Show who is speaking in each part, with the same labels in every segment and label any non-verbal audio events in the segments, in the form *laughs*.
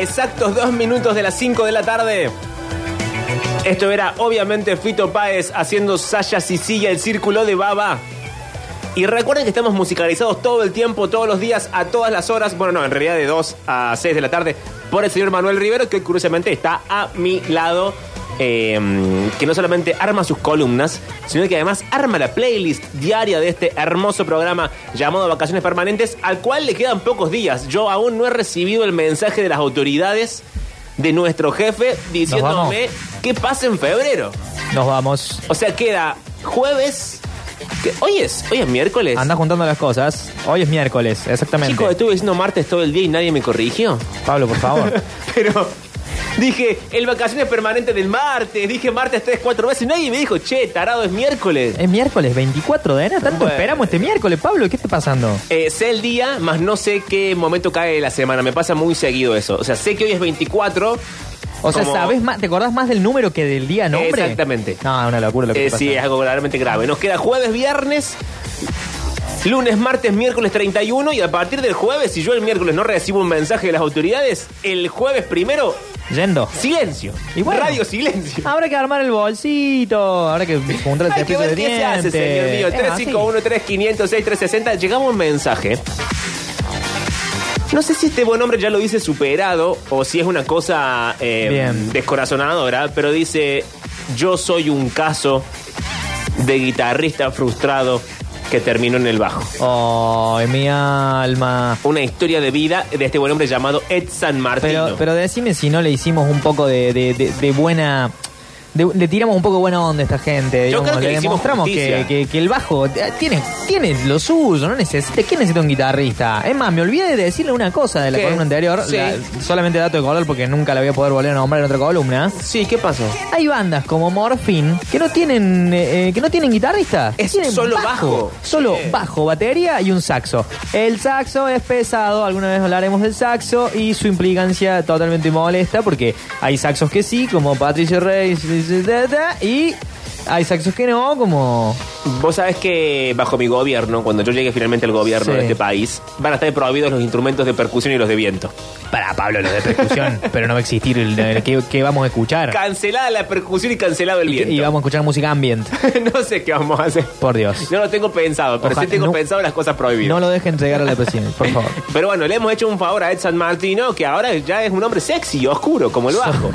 Speaker 1: exactos dos minutos de las 5 de la tarde. Esto era obviamente Fito Páez haciendo Saya Sicilia, el círculo de baba. Y recuerden que estamos musicalizados todo el tiempo, todos los días, a todas las horas. Bueno, no, en realidad de 2 a 6 de la tarde por el señor Manuel Rivero, que hoy curiosamente está a mi lado. eh, que no solamente arma sus columnas, sino que además arma la playlist diaria de este hermoso programa llamado Vacaciones Permanentes, al cual le quedan pocos días. Yo aún no he recibido el mensaje de las autoridades de nuestro jefe diciéndome qué pasa en febrero.
Speaker 2: Nos vamos.
Speaker 1: O sea, queda jueves. que- hoy es, hoy es eh. miércoles.
Speaker 2: Anda juntando las cosas. Hoy es miércoles, exactamente.
Speaker 1: Chicos, estuve diciendo martes todo el día y nadie me corrigió.
Speaker 2: Pablo, por
Speaker 1: *laughs*
Speaker 2: favor.
Speaker 1: Pero dije, el vacaciones permanente del martes. Dije martes tres, cuatro veces. y Nadie me dijo, che, tarado, es miércoles.
Speaker 2: es miércoles 24 de enero. Tanto
Speaker 1: Bueno.
Speaker 2: esperamos este miércoles, Pablo. ¿Qué está pasando?
Speaker 1: Eh, sé el día, más no sé qué momento cae de la semana. Me pasa muy seguido eso. O sea, sé que hoy es 24.
Speaker 2: O sea,
Speaker 1: como-
Speaker 2: ¿sabés más, ¿te acordás más del número que del día nombre?
Speaker 1: Exactamente.
Speaker 2: No, una locura lo que
Speaker 1: Eh,
Speaker 2: te pasa.
Speaker 1: sí, es algo realmente grave. Nos queda jueves, viernes, lunes, martes, miércoles 31 y a partir del jueves, si yo el miércoles no recibo un mensaje de las autoridades, el jueves primero,
Speaker 2: Yendo.
Speaker 1: silencio.
Speaker 2: Y bueno.
Speaker 1: Radio silencio.
Speaker 2: Habrá que armar el bolsito, habrá que juntar
Speaker 1: Hay
Speaker 2: el
Speaker 1: que
Speaker 2: cepillo
Speaker 1: ver
Speaker 2: de
Speaker 1: qué se hace,
Speaker 2: dientes.
Speaker 1: señor mío.
Speaker 2: Es así.
Speaker 1: 351 3506 360 Llegaba un mensaje. No sé si este buen hombre ya lo dice superado o si es una cosa eh,
Speaker 2: Bien.
Speaker 1: descorazonadora, pero dice: Yo soy un caso de guitarrista frustrado que terminó en el bajo.
Speaker 2: Ay, mi alma.
Speaker 1: Una historia de vida de este buen hombre llamado Ed San Martino.
Speaker 2: Pero, pero decime si no le hicimos un poco de, de- de- de buena. de- le tiramos un poco de buena onda a esta gente.
Speaker 1: Yo creo que le
Speaker 2: le
Speaker 1: hicimos
Speaker 2: demostramos
Speaker 1: justicia.
Speaker 2: que, que- que el bajo eh, tiene, tiene lo suyo, no necesita. ¿Qué necesita un guitarrista? Es más, me olvidé de decirle una cosa de la
Speaker 1: ¿Qué?
Speaker 2: columna anterior.
Speaker 1: Sí.
Speaker 2: la- solamente dato de color porque nunca la voy a poder volver a nombrar en otra columna.
Speaker 1: sí, ¿qué pasó?
Speaker 2: Hay bandas como Morphine que no tienen eh, eh, que no tienen guitarrista.
Speaker 1: Es
Speaker 2: tienen
Speaker 1: solo bajo.
Speaker 2: Solo
Speaker 1: Sí.
Speaker 2: bajo, batería y un saxo. El saxo es pesado, alguna vez hablaremos del saxo y su implicancia totalmente molesta porque hay saxos que sí, como Patricio Reyes y hay saxos que no, como
Speaker 1: Vos sabés que bajo mi gobierno, cuando yo llegue finalmente al gobierno
Speaker 2: Sí.
Speaker 1: de este país, van a estar prohibidos los instrumentos de percusión y los de viento.
Speaker 2: para Pablo los de *laughs* percusión, pero no va a existir el, el que, que vamos a escuchar.
Speaker 1: Cancelada la percusión y cancelado el viento.
Speaker 2: Y vamos a escuchar música ambient,
Speaker 1: *laughs* no sé qué vamos a hacer.
Speaker 2: por Dios.
Speaker 1: No lo tengo pensado, pero
Speaker 2: Ojalá-
Speaker 1: sí tengo
Speaker 2: no-
Speaker 1: pensado las cosas prohibidas.
Speaker 2: No lo dejen llegar a la presidencia, por *laughs* favor.
Speaker 1: Pero bueno, le hemos hecho un favor a Ed San Martino, que ahora ya es un hombre sexy, oscuro, como el
Speaker 2: *laughs*
Speaker 1: bajo.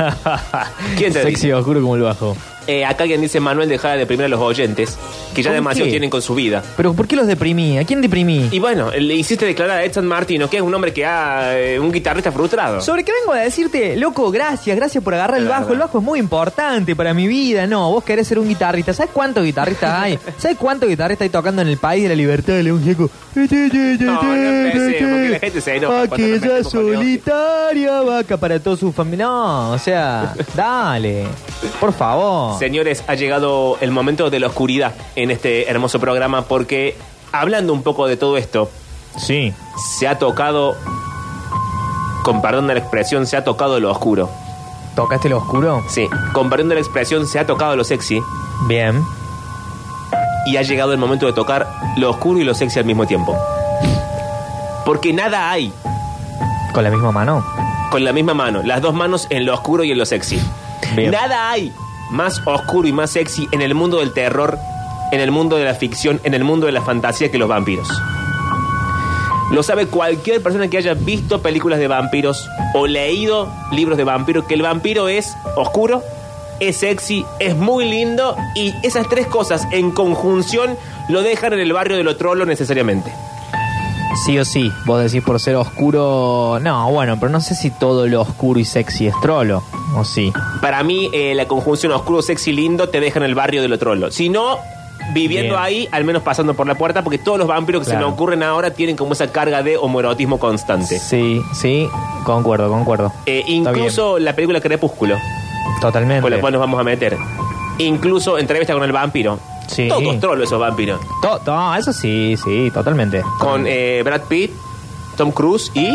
Speaker 1: ¿Quién te
Speaker 2: Sexy oscuro como el bajo.
Speaker 1: Eh, acá alguien dice, Manuel, deja de deprimir a los oyentes, que ya
Speaker 2: ¿Por
Speaker 1: demasiado
Speaker 2: qué?
Speaker 1: tienen con su vida.
Speaker 2: Pero ¿por qué los deprimí? ¿A quién deprimí?
Speaker 1: Y bueno, le hiciste declarar a Ed San Martino, que es un hombre que ha... eh, un guitarrista frustrado.
Speaker 2: ¿Sobre qué vengo a decirte? Loco, gracias, gracias por agarrar el
Speaker 1: Es
Speaker 2: bajo.
Speaker 1: verdad.
Speaker 2: El bajo es muy importante para mi vida. No, vos querés ser un guitarrista. ¿Sabes cuántos
Speaker 1: *laughs*
Speaker 2: guitarristas hay? ¿Sabes cuántos guitarristas hay tocando en el país de la libertad de León Gieco?
Speaker 1: no empecemos, porque la gente se enoja cuando nos
Speaker 2: Aquella
Speaker 1: metemos con León Gieco.
Speaker 2: solitaria vaca para toda su familia. No, o sea,
Speaker 1: *laughs*
Speaker 2: dale. Por favor.
Speaker 1: Ah. Señores, ha llegado el momento de la oscuridad en este hermoso programa porque hablando un poco de todo esto,
Speaker 2: Sí.
Speaker 1: se ha tocado, con perdón de la expresión, se ha tocado lo oscuro.
Speaker 2: ¿Tocaste lo oscuro?
Speaker 1: Sí, con perdón de la expresión, se ha tocado lo sexy
Speaker 2: Bien.
Speaker 1: y ha llegado el momento de tocar lo oscuro y lo sexy al mismo tiempo. Porque nada hay
Speaker 2: Con la misma mano.
Speaker 1: con la misma mano, las dos manos en lo oscuro y en lo sexy.
Speaker 2: Bien.
Speaker 1: Nada hay más oscuro y más sexy en el mundo del terror, en el mundo de la ficción, en el mundo de la fantasía que los vampiros. Lo sabe cualquier persona que haya visto películas de vampiros o leído libros de vampiros, que el vampiro es oscuro, es sexy, es muy lindo y esas tres cosas en conjunción lo dejan en el barrio de lo trolo necesariamente.
Speaker 2: Sí o sí, vos decís por ser oscuro. No, bueno, pero no sé si todo lo oscuro y sexy es trolo. O sí.
Speaker 1: Para mí, eh, la conjunción oscuro, sexy, lindo te deja en el barrio del otro lado. Si no, viviendo
Speaker 2: Bien.
Speaker 1: ahí, al menos pasando por la puerta, porque todos los vampiros que se
Speaker 2: Claro.
Speaker 1: me ocurren ahora tienen como esa carga de homoerotismo constante.
Speaker 2: Sí, sí, concuerdo, concuerdo.
Speaker 1: Eh,
Speaker 2: Está bien.
Speaker 1: incluso la película Crepúsculo,
Speaker 2: Totalmente.
Speaker 1: con la cual nos vamos a meter. Incluso entrevista con el vampiro.
Speaker 2: Sí.
Speaker 1: Todos trolos esos vampiros.
Speaker 2: To- to- eso sí, sí, totalmente.
Speaker 1: Con eh, Brad Pitt, Tom Cruise y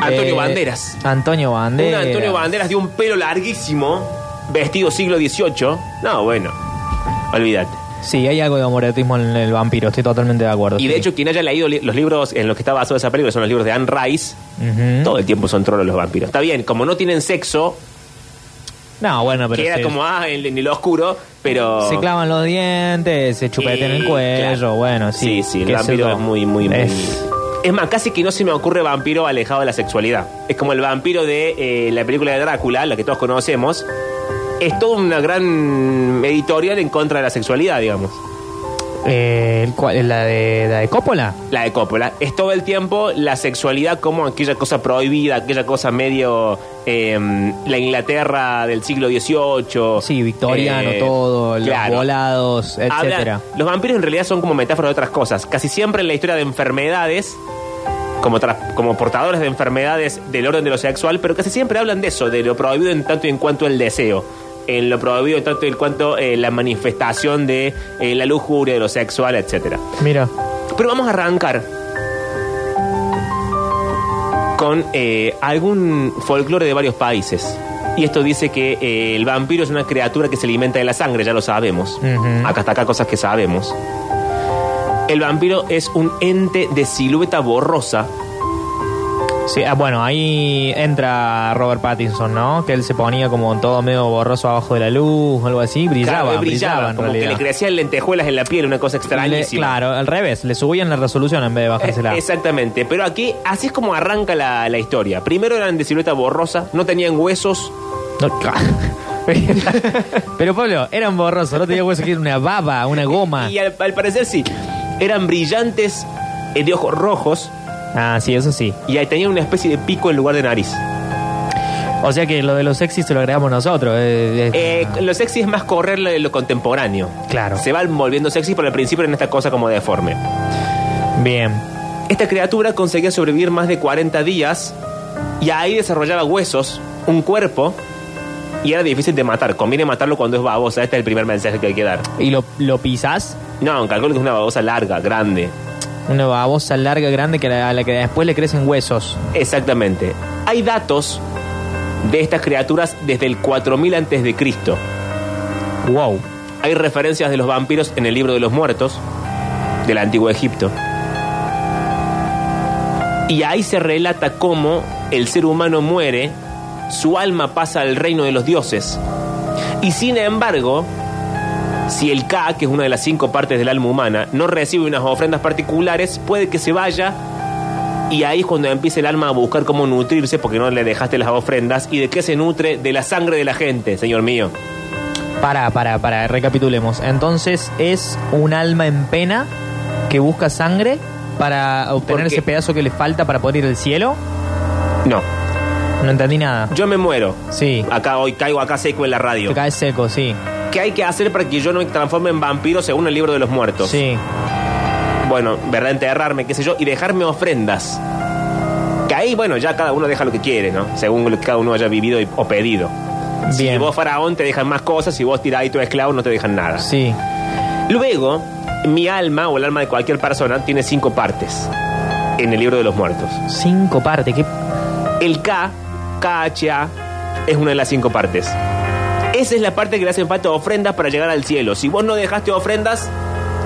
Speaker 1: Antonio
Speaker 2: Eh,
Speaker 1: Banderas.
Speaker 2: Antonio
Speaker 1: Un
Speaker 2: Banderas.
Speaker 1: Antonio Banderas de un pelo larguísimo, vestido siglo XVIII. No, bueno, olvídate.
Speaker 2: Sí, hay algo de amoretismo en el vampiro, estoy totalmente de acuerdo.
Speaker 1: Y de
Speaker 2: sí.
Speaker 1: hecho, quien haya leído li- los libros en los que está basada esa película son los libros de Anne Rice.
Speaker 2: Ujú.
Speaker 1: Todo el tiempo son trolos los vampiros. Está bien, como no tienen sexo,
Speaker 2: No, bueno, pero.
Speaker 1: queda
Speaker 2: se-
Speaker 1: como ah, en, en lo oscuro, pero.
Speaker 2: Se clavan los dientes, se chupetean
Speaker 1: Y,
Speaker 2: el cuello,
Speaker 1: claro.
Speaker 2: bueno,
Speaker 1: Sí,
Speaker 2: sí.
Speaker 1: sí, el
Speaker 2: qué sé
Speaker 1: vampiro
Speaker 2: yo.
Speaker 1: es muy, muy, muy.
Speaker 2: Es-
Speaker 1: Es más, casi que no se me ocurre vampiro alejado de la sexualidad. Es como el vampiro de eh, la película de Drácula, la que todos conocemos. Es toda una gran editorial en contra de la sexualidad, digamos.
Speaker 2: Eh, ¿cuál? ¿La de, la de Coppola?
Speaker 1: La de Coppola. Es todo el tiempo la sexualidad como aquella cosa prohibida, aquella cosa medio eh, la Inglaterra del siglo XVIII.
Speaker 2: Sí, victoriano,
Speaker 1: Eh,
Speaker 2: todo, los
Speaker 1: claro.
Speaker 2: volados,
Speaker 1: Habla-
Speaker 2: etcétera.
Speaker 1: los vampiros en realidad son como metáfora de otras cosas. Casi siempre en la historia de enfermedades, como, tra- como portadores de enfermedades del orden de lo sexual, pero casi siempre hablan de eso, de lo prohibido en tanto y en cuanto el deseo. En lo prohibido en tanto y en cuanto eh, la manifestación de eh, la lujuria, de lo sexual, etcétera.
Speaker 2: Mira,
Speaker 1: Pero vamos a arrancar con eh, algún folclore de varios países. Y esto dice que eh, el vampiro es una criatura que se alimenta de la sangre, ya lo sabemos.
Speaker 2: Ujú.
Speaker 1: Acá está acá cosas que sabemos. El vampiro es un ente de silueta borrosa.
Speaker 2: sí, ah, bueno, ahí entra Robert Pattinson, ¿no? Que él se ponía como todo medio borroso abrillaba, brillaba, brillaba, como que le crecía lentejuelas en la piel, una cosa extraña. abajo de la
Speaker 1: Claro, como que le crecían lentejuelas en la piel, una cosa
Speaker 2: luz, algo así, brillaba, brillaba, en realidad. Le-
Speaker 1: extrañísima.
Speaker 2: claro, al revés, le subían la resolución en vez de bajársela.
Speaker 1: Eh, Exactamente, pero aquí así es como arranca la, la historia. Primero eran de silueta borrosa, no tenían huesos,
Speaker 2: No, *laughs* Pero Pablo, eran borrosos, no tenía hueso que era una baba, una goma.
Speaker 1: Y al, al parecer sí. Eran brillantes, eh, de ojos rojos,
Speaker 2: Ah, sí, eso sí.
Speaker 1: y ahí tenían una especie de pico en lugar de nariz.
Speaker 2: O sea que lo de los sexys se lo agregamos nosotros. eh, eh,
Speaker 1: Eh, Lo sexy es más correr lo, lo contemporáneo.
Speaker 2: Claro.
Speaker 1: Se van volviendo sexy, pero al principio en esta cosa como deforme.
Speaker 2: Bien.
Speaker 1: Esta criatura conseguía sobrevivir más de 40 días, y ahí desarrollaba huesos, un cuerpo, y era difícil de matar. Conviene matarlo cuando es babosa. Este es el primer mensaje que hay que dar.
Speaker 2: ¿Y lo, lo pisás?
Speaker 1: No, calculo que es una babosa larga, grande.
Speaker 2: Una babosa larga, grande, que la- a la que después le crecen huesos.
Speaker 1: Exactamente. Hay datos de estas criaturas desde el 4000 antes de Cristo.
Speaker 2: Wow.
Speaker 1: Hay referencias de los vampiros en el libro de los muertos del antiguo Egipto. Y ahí se relata cómo el ser humano muere, su alma pasa al reino de los dioses. Y sin embargo, si el Ka, que es una de las cinco partes del alma humana, no recibe unas ofrendas particulares, puede que se vaya. Y ahí es cuando empieza el alma a buscar cómo nutrirse porque no le dejaste las ofrendas. ¿Y de qué se nutre? De la sangre de la gente, señor mío.
Speaker 2: Para, para, para, recapitulemos. Entonces es un alma en pena que busca sangre para obtener
Speaker 1: Porque-
Speaker 2: ese pedazo que le falta para poder ir al cielo.
Speaker 1: No,
Speaker 2: No entendí nada.
Speaker 1: yo me muero.
Speaker 2: Sí.
Speaker 1: Acá hoy caigo acá seco en la radio.
Speaker 2: Te caes seco, sí.
Speaker 1: ¿Qué hay que hacer para que yo no me transforme en vampiro según el libro de los muertos?
Speaker 2: Sí.
Speaker 1: Bueno, ¿verdad? Enterrarme, qué sé yo, y dejarme ofrendas. Que ahí, bueno, ya cada uno deja lo que quiere, ¿no? Según lo que cada uno haya vivido y- o pedido. Si
Speaker 2: Bien.
Speaker 1: vos faraón te dejan más cosas, si vos tirás ahí tu esclavo no te dejan nada.
Speaker 2: Sí.
Speaker 1: Luego, mi alma o el alma de cualquier persona tiene cinco partes en el libro de los muertos.
Speaker 2: Cinco partes. ¿Qué?
Speaker 1: El K, KHA, es una de las cinco partes. Esa es la parte que le hacen falta ofrendas para llegar al cielo. Si vos no dejaste ofrendas,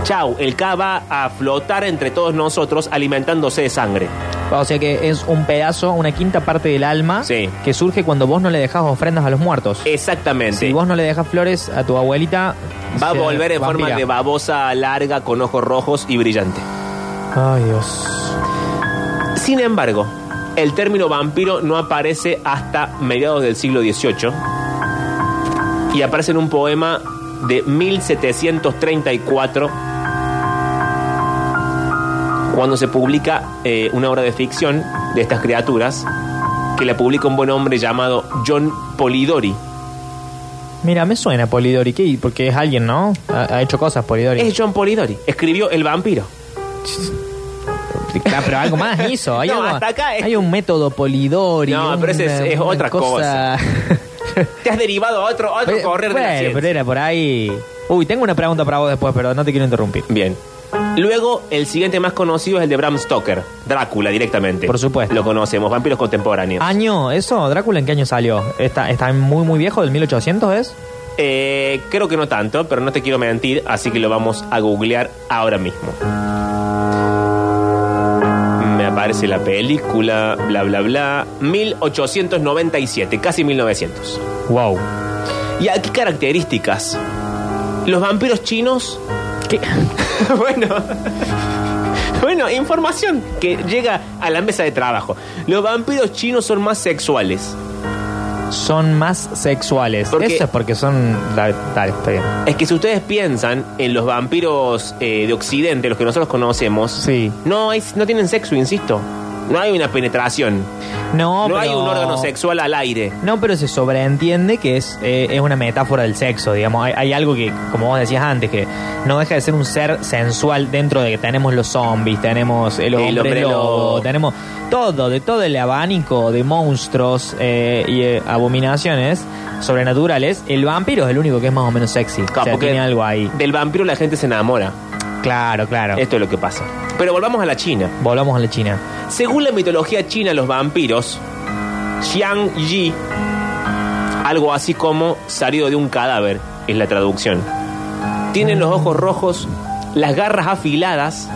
Speaker 1: chau, el K va a flotar entre todos nosotros alimentándose de sangre.
Speaker 2: O sea que es un pedazo, una quinta parte del alma
Speaker 1: Sí.
Speaker 2: que surge cuando vos no le dejás ofrendas a los muertos.
Speaker 1: Exactamente.
Speaker 2: Si vos no le dejas flores a tu abuelita,
Speaker 1: Va a
Speaker 2: se-
Speaker 1: volver en forma
Speaker 2: vampira.
Speaker 1: de babosa larga con ojos rojos y brillante.
Speaker 2: Ay, Dios.
Speaker 1: Sin embargo, el término vampiro no aparece hasta mediados del siglo XVIII y aparece en un poema de 1734 cuando se publica eh, una obra de ficción de estas criaturas que la publica un buen hombre llamado John Polidori.
Speaker 2: Mira, me suena Polidori, ¿qué? porque es alguien, ¿no? Ha, ha hecho cosas Polidori.
Speaker 1: Es John Polidori, escribió El vampiro.
Speaker 2: *laughs* Ah, pero algo más hizo. Hay,
Speaker 1: *laughs* No,
Speaker 2: algo-
Speaker 1: hasta acá es-
Speaker 2: hay un método Polidori.
Speaker 1: No, pero ese es-
Speaker 2: una-
Speaker 1: es
Speaker 2: una
Speaker 1: otra
Speaker 2: *laughs*
Speaker 1: Te has derivado a otro, a otro
Speaker 2: Pero-
Speaker 1: correr de la
Speaker 2: bueno,
Speaker 1: ciencia.
Speaker 2: pero era por ahí. Uy, tengo una pregunta para vos después, pero no te quiero interrumpir.
Speaker 1: Bien. Luego, el siguiente más conocido es el de Bram Stoker, Drácula directamente.
Speaker 2: Por supuesto.
Speaker 1: Lo conocemos, vampiros contemporáneos.
Speaker 2: ¿Año? ¿Eso? ¿Drácula en qué año salió? ¿Está, está muy, muy viejo? ¿Del 1800 es?
Speaker 1: Eh, creo que no tanto, pero no te quiero mentir, así que lo vamos a googlear ahora mismo. Me aparece la película, bla, bla, bla. 1897, casi 1900.
Speaker 2: Wow.
Speaker 1: ¿Y a qué características? Los vampiros chinos.
Speaker 2: ¿Qué?
Speaker 1: *laughs* bueno. Bueno, información que llega a la mesa de trabajo. Los vampiros chinos son más sexuales.
Speaker 2: Son más sexuales.
Speaker 1: Porque-
Speaker 2: Eso es porque son. Dale, dale, está bien.
Speaker 1: Es que si ustedes piensan en los vampiros eh, de Occidente, los que nosotros conocemos,
Speaker 2: Sí.
Speaker 1: no, hay- no tienen sexo, insisto. No hay una penetración.
Speaker 2: No,
Speaker 1: No,
Speaker 2: pero-
Speaker 1: hay un órgano sexual al aire.
Speaker 2: No, pero se sobreentiende que es, eh, es una metáfora del sexo, digamos. Hay, hay algo que, como vos decías antes, que no deja de ser un ser sensual dentro de que tenemos los zombies, tenemos el hombre,
Speaker 1: hombre
Speaker 2: lobo,
Speaker 1: lobo.
Speaker 2: tenemos todo, de todo el abanico de monstruos eh, y eh, abominaciones sobrenaturales. El vampiro es el único que es más o menos sexy.
Speaker 1: Claro,
Speaker 2: o sea,
Speaker 1: porque
Speaker 2: tiene algo ahí.
Speaker 1: Del vampiro la gente se enamora.
Speaker 2: Claro, claro.
Speaker 1: Esto es lo que pasa. Pero volvamos a la China.
Speaker 2: Volvamos a la China.
Speaker 1: Según la mitología china, los vampiros, Xiang Yi, algo así como salido de un cadáver, es la traducción. Tienen los ojos rojos, las garras afiladas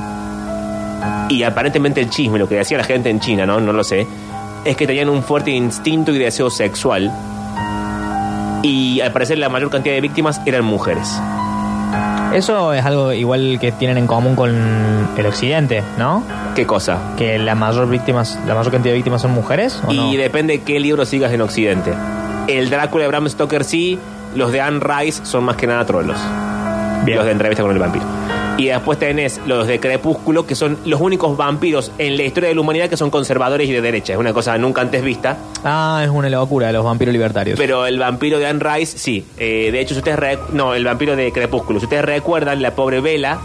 Speaker 1: y aparentemente el chisme, lo que decía la gente en China, ¿no? No lo sé. Es que tenían un fuerte instinto y deseo sexual. Y al parecer la mayor cantidad de víctimas eran mujeres.
Speaker 2: Eso es algo igual que tienen en común con el occidente, ¿no?
Speaker 1: ¿Qué cosa?
Speaker 2: Que la mayor víctimas, la mayor cantidad de víctimas son mujeres ¿o no?
Speaker 1: Y depende qué libro sigas en Occidente. El Drácula de Bram Stoker sí, los de Anne Rice son más que nada trolos.
Speaker 2: Bien.
Speaker 1: Los de entrevista con el vampiro. Y después tenés los de Crepúsculo, que son los únicos vampiros en la historia de la humanidad que son conservadores y de derecha. Es una cosa nunca antes vista.
Speaker 2: Ah, es una locura los vampiros libertarios.
Speaker 1: Pero el vampiro de Anne Rice, sí. Eh, de hecho, si ustedes... re- No, el vampiro de Crepúsculo. Si ustedes recuerdan, la pobre Vela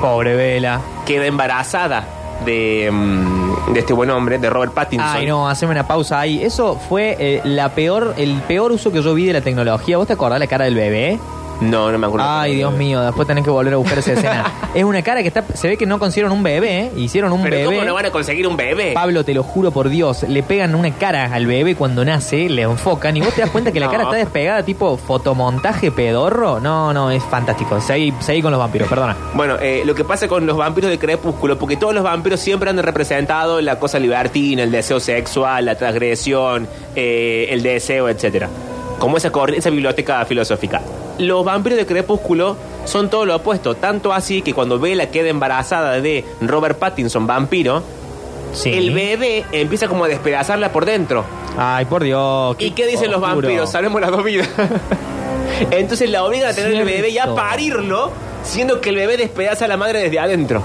Speaker 2: Pobre Vela.
Speaker 1: queda embarazada de, mm, de este buen hombre, de Robert Pattinson.
Speaker 2: Ay, no, haceme una pausa ahí. Eso fue eh, la peor, el peor uso que yo vi de la tecnología. ¿Vos te acordás la cara del bebé?
Speaker 1: No, no me acuerdo.
Speaker 2: Ay, Dios mío, después tenés que volver a buscar esa
Speaker 1: *laughs*
Speaker 2: escena. es una cara que está, se ve que no consiguieron un bebé, ¿eh? hicieron un
Speaker 1: Pero
Speaker 2: bebé.
Speaker 1: ¿cómo no van a conseguir un bebé?
Speaker 2: Pablo, te lo juro por Dios, le pegan una cara al bebé cuando nace, le enfocan y vos te das cuenta que la
Speaker 1: *laughs* No.
Speaker 2: cara está despegada, tipo fotomontaje pedorro. No, no, es fantástico. Seguí, seguí con los vampiros, perdona.
Speaker 1: Bueno, eh, lo que pasa con los vampiros de Crepúsculo, porque todos los vampiros siempre han representado la cosa libertina, el deseo sexual, la transgresión, eh, el deseo, etcétera. Como esa, corri- esa biblioteca filosófica. Los vampiros de Crepúsculo son todo lo opuesto, tanto así que cuando Bella queda embarazada de Robert Pattinson, vampiro,
Speaker 2: Sí.
Speaker 1: el bebé empieza como a despedazarla por dentro.
Speaker 2: Ay, por Dios.
Speaker 1: ¿Y qué dicen los
Speaker 2: oscuro.
Speaker 1: vampiros? Sabemos las dos vidas. *laughs* Entonces la obligan a tener el bebé y a
Speaker 2: Cierto.
Speaker 1: parirlo, siendo que el bebé despedaza a la madre desde adentro.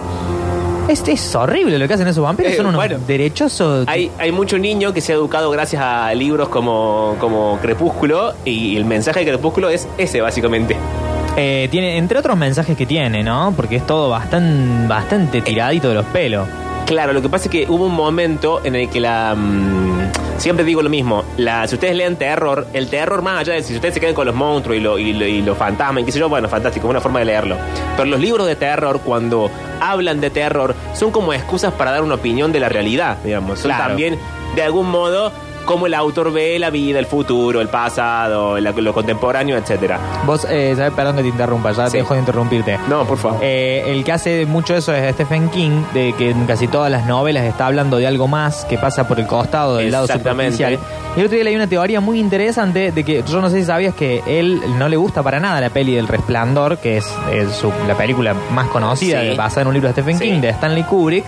Speaker 2: Este es horrible lo que hacen esos vampiros.
Speaker 1: Eh,
Speaker 2: Son unos
Speaker 1: bueno.
Speaker 2: derechosos.
Speaker 1: Hay, hay mucho niño que se ha educado gracias a libros como, como Crepúsculo y el mensaje de Crepúsculo es ese básicamente.
Speaker 2: Eh, tiene, entre otros mensajes que tiene, ¿no? Porque es todo bastante, bastante tiradito de los pelos.
Speaker 1: Claro, lo que pasa es que hubo un momento en el que la... mm, siempre digo lo mismo, la, si ustedes leen terror, el terror más allá de si ustedes se quedan con los monstruos y los y lo, y los fantasmas, y qué sé yo, bueno, fantástico, es una forma de leerlo. Pero los libros de terror, cuando hablan de terror, son como excusas para dar una opinión de la realidad, digamos. Son
Speaker 2: Claro.
Speaker 1: también, de algún modo, cómo el autor ve la vida, el futuro, el pasado, la- lo contemporáneo, etcétera.
Speaker 2: Vos, eh, ya- perdón que te interrumpa, ya
Speaker 1: Sí.
Speaker 2: te dejo de interrumpirte.
Speaker 1: No, por favor.
Speaker 2: Eh, el que hace mucho eso es Stephen King, de que en casi todas las novelas está hablando de algo más que pasa por el costado del lado
Speaker 1: Exactamente.
Speaker 2: superficial. Y el otro día leí una teoría muy interesante de que yo no sé si sabías que él no le gusta para nada la peli del Resplandor, que es, eh, su- la película más conocida,
Speaker 1: Sí.
Speaker 2: basada en un libro de Stephen
Speaker 1: Sí.
Speaker 2: King, de Stanley Kubrick.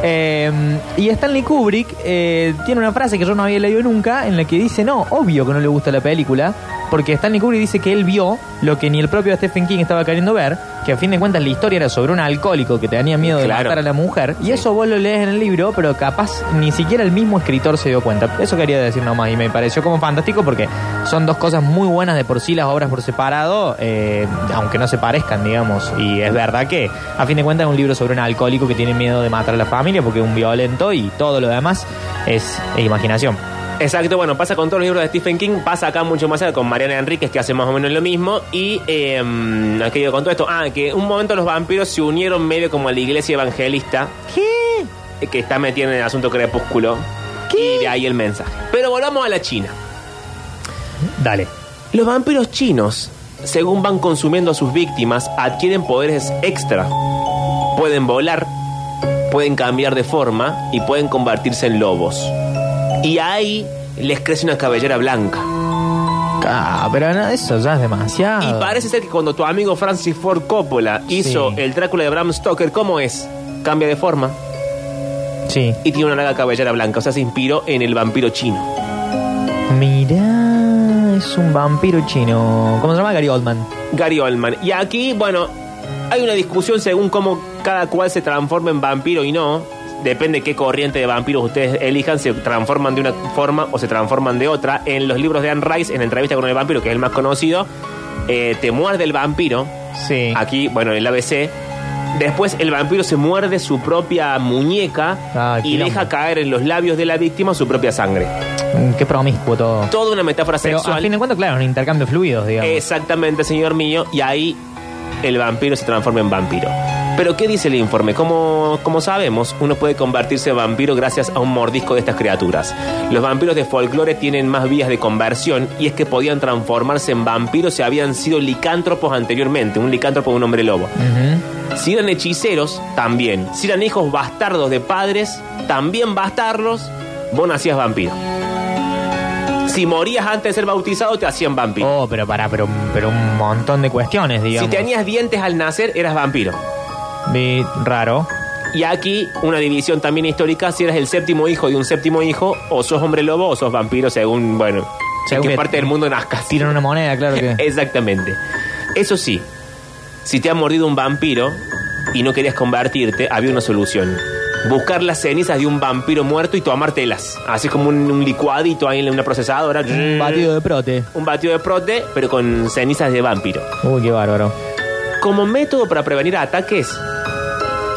Speaker 2: Eh, y Stanley Kubrick eh, tiene una frase que yo no había leído nunca en la que dice, no, obvio que no le gusta la película, porque Stanley Kubrick dice que él vio lo que ni el propio Stephen King estaba queriendo ver, que a fin de cuentas la historia era sobre un alcohólico que tenía miedo de
Speaker 1: Claro.
Speaker 2: matar a la mujer, y
Speaker 1: Sí.
Speaker 2: eso vos lo lees en el libro, pero capaz ni siquiera el mismo escritor se dio cuenta. Eso quería decir nomás, y me pareció como fantástico porque son dos cosas muy buenas de por sí, las obras por separado, eh, aunque no se parezcan, digamos, y es verdad que a fin de cuentas es un libro sobre un alcohólico que tiene miedo de matar a la familia porque es un violento y todo lo demás es imaginación.
Speaker 1: Exacto, bueno, pasa con todos los libros de Stephen King, pasa acá mucho más allá con Mariana Enríquez, que hace más o menos lo mismo. Y, eh, ¿a qué iba con todo esto? Ah, que un momento los vampiros se unieron medio como a la iglesia evangelista,
Speaker 2: ¿Qué?
Speaker 1: eh, que está metida en el asunto crepúsculo.
Speaker 2: ¿Qué?
Speaker 1: Y de ahí el mensaje. Pero volvamos a la China.
Speaker 2: Dale.
Speaker 1: Los vampiros chinos según van consumiendo a sus víctimas, adquieren poderes extra. Pueden volar, pueden cambiar de forma y pueden convertirse en lobos. Y ahí les crece una cabellera blanca.
Speaker 2: Ah, pero no, eso ya es demasiado.
Speaker 1: Y parece ser que cuando tu amigo Francis Ford Coppola hizo
Speaker 2: Ah. Sí.
Speaker 1: el Drácula de Bram Stoker, ¿cómo es? Cambia de forma
Speaker 2: Sí.
Speaker 1: y tiene una larga cabellera blanca. O sea, se inspiró en el vampiro chino.
Speaker 2: Mirá, es un vampiro chino. ¿Cómo se llama? Gary Oldman.
Speaker 1: Gary Oldman. Y aquí, bueno, hay una discusión según cómo cada cual se transforma en vampiro y no. Depende qué corriente de vampiros ustedes elijan, se transforman de una forma o se transforman de otra. En los libros de Anne Rice, en entrevista con el vampiro, que es el más conocido, eh, te muerde el vampiro.
Speaker 2: Sí.
Speaker 1: aquí, bueno, en el ABC. Después el vampiro se muerde su propia muñeca
Speaker 2: Ah,
Speaker 1: y
Speaker 2: quilombo.
Speaker 1: deja caer en los labios de la víctima su propia sangre.
Speaker 2: Mm, Qué promiscuo todo.
Speaker 1: Toda una metáfora
Speaker 2: Pero a
Speaker 1: sexual.
Speaker 2: fin de cuentas, claro, un intercambio de fluidos, digamos.
Speaker 1: Exactamente, señor mío. Y ahí el vampiro se transforma en vampiro. Pero ¿qué dice el informe? Como, como sabemos, uno puede convertirse en vampiro gracias a un mordisco de estas criaturas. Los vampiros de folclore tienen más vías de conversión y es que podían transformarse en vampiros si habían sido licántropos anteriormente. Un licántropo es un hombre lobo.
Speaker 2: Ujú.
Speaker 1: Si eran hechiceros, también. Si eran hijos bastardos de padres, también bastardos, vos nacías vampiro. Si morías antes de ser bautizado, te hacían vampiro.
Speaker 2: Oh, pero para, pero, pero un montón de cuestiones,
Speaker 1: si
Speaker 2: digamos.
Speaker 1: tenías dientes al nacer, eras vampiro.
Speaker 2: Vi- Raro.
Speaker 1: Y aquí, una división también histórica, si eras el séptimo hijo de un séptimo hijo, o sos hombre lobo o sos vampiro, según, bueno,
Speaker 2: Según
Speaker 1: en qué
Speaker 2: que
Speaker 1: parte del mundo nazcas.
Speaker 2: Tiran una moneda, claro que. *laughs*
Speaker 1: Exactamente. Eso sí, si te ha mordido un vampiro y no querías convertirte, había una solución. Buscar las cenizas de un vampiro muerto y tomártelas. Así como un, un licuadito ahí en una procesadora.
Speaker 2: Un batido de prote.
Speaker 1: Un batido de prote, pero con cenizas de vampiro.
Speaker 2: Uy, qué bárbaro.
Speaker 1: Como método para prevenir ataques,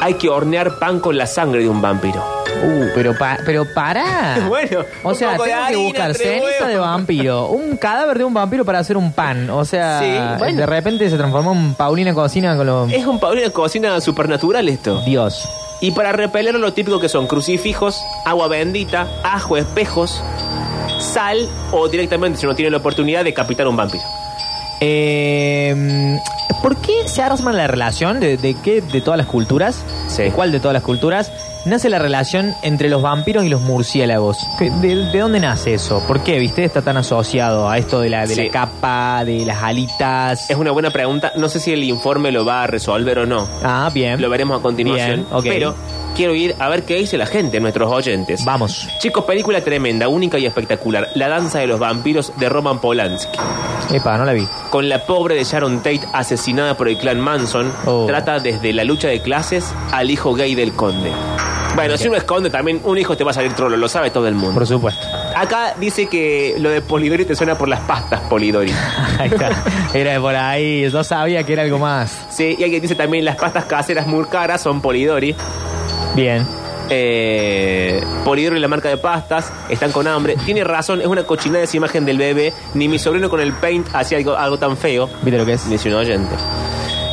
Speaker 1: hay que hornear pan con la sangre de un vampiro.
Speaker 2: Uh, pero, pa- pero para. *laughs*
Speaker 1: Bueno,
Speaker 2: O
Speaker 1: un
Speaker 2: sea,
Speaker 1: poco de
Speaker 2: tengo que
Speaker 1: harina,
Speaker 2: buscar
Speaker 1: tres
Speaker 2: ceniza
Speaker 1: huevos.
Speaker 2: de vampiro, *laughs* un cadáver de un vampiro para hacer un pan. O sea, eh,
Speaker 1: Sí, bueno.
Speaker 2: de repente se transformó en Paulina Cocina con los...
Speaker 1: Es un Paulina cocina supernatural esto.
Speaker 2: Dios.
Speaker 1: Y para repeler lo típico que son crucifijos, agua bendita, ajo, espejos, sal o directamente, si no tiene la oportunidad, decapitar a un vampiro.
Speaker 2: Eh, ¿Por qué se arma la relación de, de qué de todas las culturas?
Speaker 1: Sí.
Speaker 2: ¿De cuál de todas las culturas? Nace la relación entre los vampiros y los murciélagos. ¿Qué- ¿De, de dónde nace eso? ¿Por qué, viste? Está tan asociado a esto de la, de
Speaker 1: Sí.
Speaker 2: la capa, de las alitas.
Speaker 1: Es una buena pregunta, no sé si el informe lo va a resolver o no.
Speaker 2: Ah, bien.
Speaker 1: Lo veremos a continuación.
Speaker 2: Bien, ok.
Speaker 1: Pero quiero ir a ver qué dice la gente, nuestros oyentes.
Speaker 2: Vamos.
Speaker 1: Chicos, película tremenda, única y espectacular. La danza de los vampiros de Roman Polanski.
Speaker 2: Epa, no la vi.
Speaker 1: con la pobre de Sharon Tate asesinada por el clan Manson,
Speaker 2: Oh.
Speaker 1: trata desde la lucha de clases al hijo gay del conde. Bueno, si uno es conde también, un hijo te va a salir trolo, lo sabe todo el mundo.
Speaker 2: Por supuesto.
Speaker 1: Acá dice que lo de Polidori te suena por las pastas, Polidori.
Speaker 2: *laughs* Ahí está. Era de por ahí. Yo sabía que era algo más.
Speaker 1: Sí, y alguien dice también las pastas caseras muy caras son Polidori.
Speaker 2: Bien.
Speaker 1: Eh, Polidori la marca de pastas, están con hambre. Tiene razón, es una cochinada esa imagen del bebé. Ni mi sobrino con el paint hacía algo, algo tan feo.
Speaker 2: ¿Viste lo que es?
Speaker 1: Dice un oyente.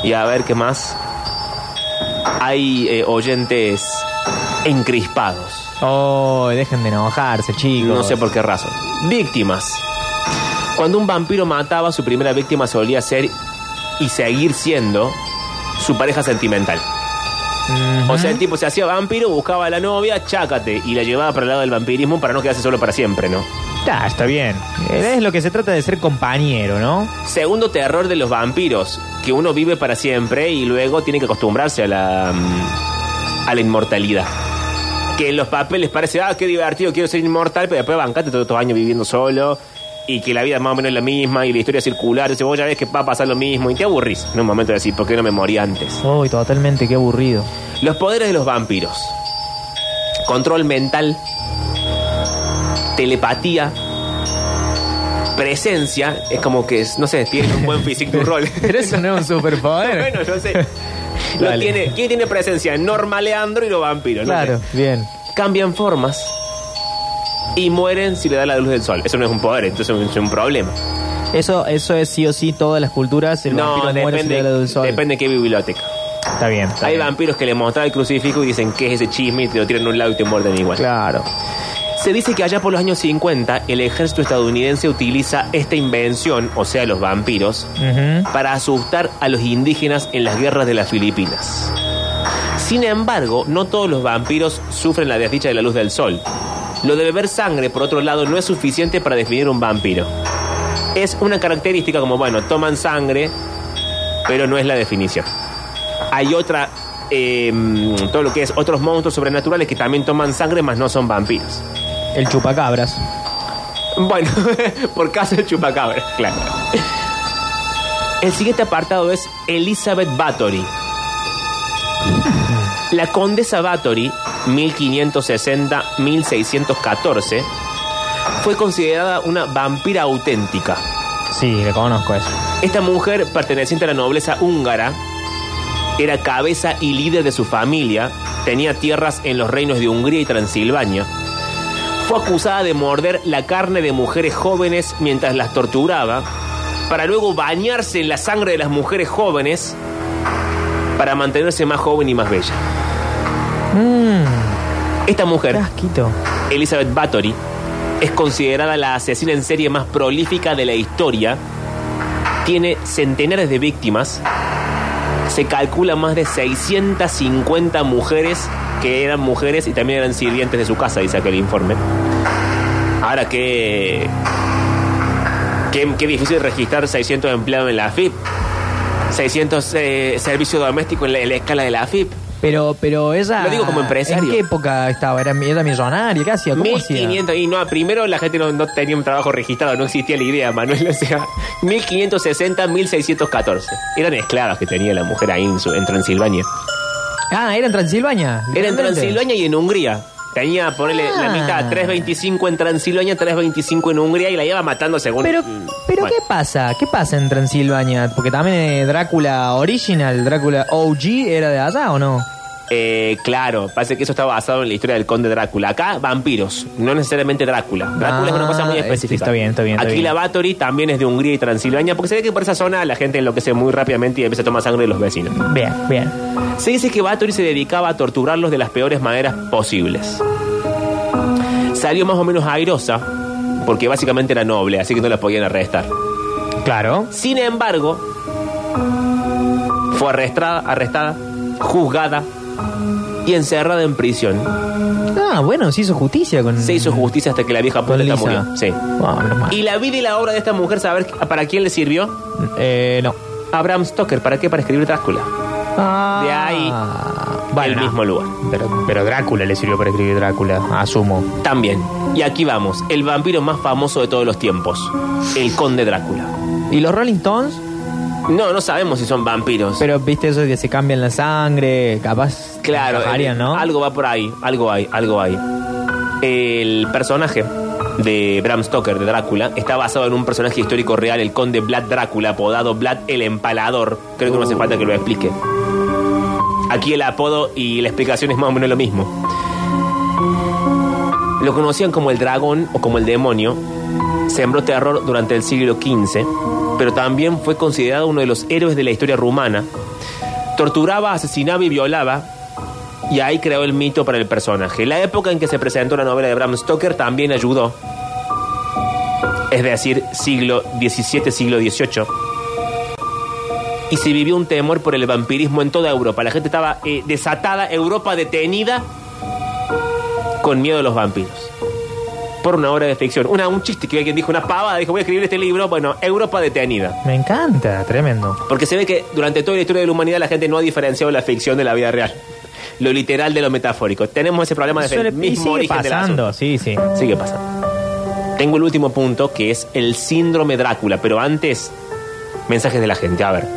Speaker 1: Y a ver qué más. Hay eh, oyentes encrispados.
Speaker 2: Oh, dejen de enojarse, chicos.
Speaker 1: No sé por qué razón. Víctimas. Cuando un vampiro mataba, su primera víctima solía ser y seguir siendo su pareja sentimental.
Speaker 2: Ujú.
Speaker 1: O sea, el tipo se hacía vampiro, buscaba a la novia, chácate, y la llevaba para el lado del vampirismo para no quedarse solo para siempre, ¿no?
Speaker 2: Está, está bien. Es lo que se trata de ser compañero, ¿no?
Speaker 1: Segundo terror de los vampiros, que uno vive para siempre y luego tiene que acostumbrarse a la, mm, a la inmortalidad. Que en los papeles parece, ah, qué divertido, quiero ser inmortal, pero después bancate todos estos años viviendo solo y que la vida más o menos es la misma y la historia circular, entonces vos ya ves que va a pasar lo mismo y te aburrís en un momento de decir, ¿por qué no me morí antes?
Speaker 2: Uy, totalmente, qué aburrido.
Speaker 1: Los poderes de los vampiros. Control mental, telepatía, presencia, es como que, es- no sé, tienen un buen físico de un rol.
Speaker 2: Pero eso *laughs* no es un superpoder.
Speaker 1: Bueno, yo sé. Lo
Speaker 2: Dale.
Speaker 1: tiene, ¿Quién tiene presencia? Norma Leandro y los vampiros. ¿no?
Speaker 2: claro, bien.
Speaker 1: Cambian formas y mueren si le da la luz del sol. Eso no es un poder, entonces es un problema.
Speaker 2: Eso, eso es sí o sí todas las culturas. El
Speaker 1: no,
Speaker 2: vampiro muere si le
Speaker 1: depende,
Speaker 2: da la luz del sol.
Speaker 1: depende de qué biblioteca.
Speaker 2: Está bien. está
Speaker 1: Hay
Speaker 2: bien.
Speaker 1: vampiros que le mostran el crucifijo y dicen que es ese chisme y te lo tiran a un lado y te muerden igual.
Speaker 2: Claro.
Speaker 1: Se dice que allá por los años 50 el ejército estadounidense utiliza esta invención, o sea, los vampiros,
Speaker 2: Ujú.
Speaker 1: para asustar a los indígenas en las guerras de las Filipinas. Sin embargo, no todos los vampiros sufren la desdicha de la luz del sol. Lo de beber sangre, por otro lado, no es suficiente para definir un vampiro. Es una característica como, bueno, toman sangre, pero no es la definición. Hay otra, eh, todo lo que es otros monstruos sobrenaturales que también toman sangre, mas no son vampiros.
Speaker 2: El chupacabras.
Speaker 1: Bueno, *laughs* por casa de chupacabra, claro. El siguiente apartado es Elizabeth Bathory. La condesa Bathory, 1560-1614, fue considerada una vampira auténtica.
Speaker 2: Sí, le conozco eso.
Speaker 1: Esta mujer, perteneciente a la nobleza húngara, era cabeza y líder de su familia, tenía tierras en los reinos de Hungría y Transilvania. Fue acusada de morder la carne de mujeres jóvenes mientras las torturaba, para luego bañarse en la sangre de las mujeres jóvenes para mantenerse más joven y más bella.
Speaker 2: Mmm,
Speaker 1: Esta mujer,
Speaker 2: frasquito.
Speaker 1: Elizabeth Bathory, es considerada la asesina en serie más prolífica de la historia. Tiene centenares de víctimas. Se calcula más de 650 mujeres que eran mujeres y también eran sirvientes de su casa, dice aquel informe. Ahora que... Qué, qué difícil registrar 600 empleados en la AFIP. 600 eh, servicios domésticos en la, en la escala de la AFIP.
Speaker 2: Pero, pero ella.
Speaker 1: Lo digo como empresario.
Speaker 2: ¿En qué época estaba? ¿Era, era millonaria? ¿Qué hacía? ¿Cómo hacía?
Speaker 1: 1500, y no, primero la gente no, no tenía un trabajo registrado, no existía la idea, Manuel, *laughs* o sea, 1560, 1614. Eran esclavas que tenía la mujer ahí en, su- en Transilvania.
Speaker 2: Ah, era en Transilvania.
Speaker 1: Era en
Speaker 2: literalmente.
Speaker 1: Transilvania y en Hungría. Tenía, ponele la
Speaker 2: Ah.
Speaker 1: mitad, 325 en Transilvania, 325 en Hungría y la iba matando según...
Speaker 2: Pero,
Speaker 1: Mm,
Speaker 2: pero
Speaker 1: bueno.
Speaker 2: ¿qué pasa? ¿Qué pasa en Transilvania? Porque también eh, Drácula original, Drácula OG, ¿era de allá o no?
Speaker 1: Eh, claro, parece que eso está basado en la historia del conde Drácula. Acá, vampiros, no necesariamente Drácula. Drácula es una cosa muy
Speaker 2: Ah,
Speaker 1: específica.
Speaker 2: está bien, está bien, está
Speaker 1: Aquí
Speaker 2: bien.
Speaker 1: la Bathory también es de Hungría y Transilvania, porque se ve que por esa zona la gente enloquece muy rápidamente y empieza a tomar sangre de los vecinos.
Speaker 2: Bien, bien.
Speaker 1: Se dice que Bathory se dedicaba a torturarlos de las peores maneras posibles. Salió más o menos airosa, porque básicamente era noble, así que no la podían arrestar.
Speaker 2: Claro.
Speaker 1: Sin embargo, fue arrestada, arrestada, juzgada y encerrada en prisión.
Speaker 2: Ah, bueno, se hizo justicia con. Ah,
Speaker 1: Se hizo justicia hasta que la vieja
Speaker 2: con
Speaker 1: puta
Speaker 2: Lisa.
Speaker 1: murió. Sí.
Speaker 2: Wow, no más.
Speaker 1: Y la vida y la obra de esta mujer, saber para quién le sirvió.
Speaker 2: Eh, no.
Speaker 1: Abraham Stoker, ¿para qué? Para escribir Drácula. De ahí,
Speaker 2: Ah, Bueno,
Speaker 1: el mismo lugar.
Speaker 2: Ah. Pero, pero Drácula le sirvió para escribir Drácula, asumo.
Speaker 1: También. Y aquí vamos, el vampiro más famoso de todos los tiempos, el conde Drácula.
Speaker 2: ¿Y los Rolling Stones?
Speaker 1: No, no sabemos si son vampiros.
Speaker 2: Pero viste eso de que se cambian la sangre, capaz.
Speaker 1: Claro,
Speaker 2: encajarían,
Speaker 1: eh,
Speaker 2: ¿no?
Speaker 1: algo va por ahí, algo hay, algo hay. El personaje de Bram Stoker, de Drácula, está basado en un personaje histórico real, el conde Vlad Drácula, apodado Vlad el Empalador. Creo que no hace falta que lo explique. Aquí el apodo y la explicación es más o menos lo mismo. Lo conocían como el dragón o como el demonio. Sembró terror durante el siglo XV, pero también fue considerado uno de los héroes de la historia rumana. Torturaba, asesinaba y violaba, y ahí creó el mito para el personaje. La época en que se presentó la novela de Bram Stoker también ayudó. Es decir, siglo XVII, siglo XVIII. Y se vivió un temor por el vampirismo en toda Europa. La gente estaba eh, desatada, Europa detenida, con miedo a los vampiros. Por una obra de ficción. Una, un chiste que alguien dijo, una pavada, dijo, voy a escribir este libro. Bueno, Europa detenida.
Speaker 2: Me encanta, tremendo.
Speaker 1: Porque se ve que durante toda la historia de la humanidad la gente no ha diferenciado la ficción de la vida real. Lo literal de lo metafórico. Tenemos ese problema de
Speaker 2: Suele-
Speaker 1: el
Speaker 2: y
Speaker 1: mismo
Speaker 2: sigue
Speaker 1: origen del
Speaker 2: pasando, sí, sí.
Speaker 1: asunto. Sigue pasando. Tengo el último punto que es el síndrome Drácula, pero antes, mensajes de la gente. A ver.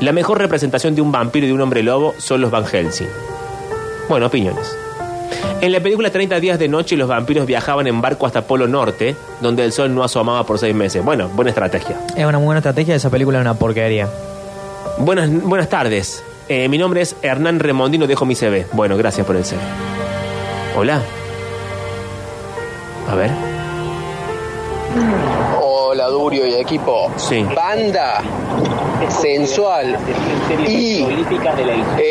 Speaker 1: La mejor representación de un vampiro y de un hombre lobo son los Van Helsing. Bueno, opiniones. En la película 30 días de noche los vampiros viajaban en barco hasta Polo Norte, donde el sol no asomaba por seis meses. Bueno, buena estrategia.
Speaker 2: Es una muy buena estrategia, esa película es una porquería.
Speaker 1: Buenas, buenas tardes. Eh, mi nombre es Hernán Remondino, dejo mi CV. Bueno, gracias por el CV. Hola. A ver.
Speaker 3: Hola Durio y equipo.
Speaker 1: Sí.
Speaker 3: Banda sensual este, y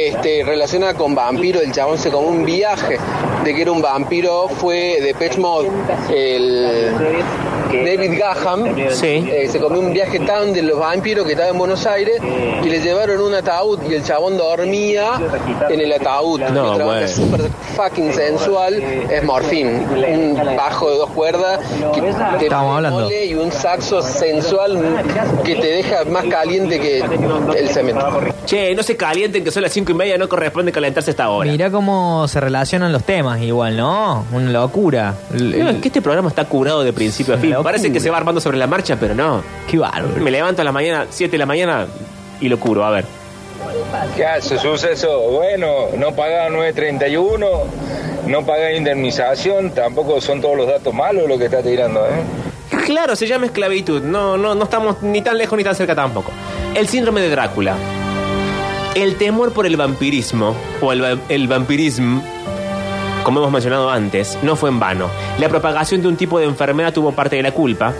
Speaker 3: este relacionada con vampiro, el chabón se como un viaje. de que era un vampiro fue de Pech Mode. El David Gaham
Speaker 1: Sí.
Speaker 3: eh, se comió un viaje tan de los vampiros que estaba en Buenos Aires y le llevaron un ataúd y el chabón dormía en el ataúd.
Speaker 1: No,
Speaker 3: El chabón
Speaker 1: bueno.
Speaker 3: es súper fucking sensual. Es morfín. Un bajo de dos cuerdas que te
Speaker 2: Estamos hablando.
Speaker 3: mole y un saxo sensual que te deja más caliente que el cemento.
Speaker 1: Che, no se calienten que son las cinco y media, no corresponde calentarse hasta ahora.
Speaker 2: Mira cómo se relacionan los temas, igual, ¿no? Una locura. El-
Speaker 1: No, es
Speaker 2: el-
Speaker 1: que este programa está curado de principio a fin.
Speaker 2: Locura.
Speaker 1: Parece que se va armando sobre la marcha, pero no.
Speaker 2: Qué bárbaro.
Speaker 1: Me levanto a la mañana, 7 de la mañana, y lo curo, a ver.
Speaker 4: ¿Qué hace suceso? Bueno, no pagaron 9.31, no pagan indemnización, tampoco son todos los datos malos lo que está tirando, ¿eh?
Speaker 1: Claro, se llama esclavitud. No, no, no estamos ni tan lejos ni tan cerca tampoco. El síndrome de Drácula. El temor por el vampirismo, o el, va- el vampirismo, como hemos mencionado antes, no fue en vano. La propagación de un tipo de enfermedad tuvo parte de la culpa.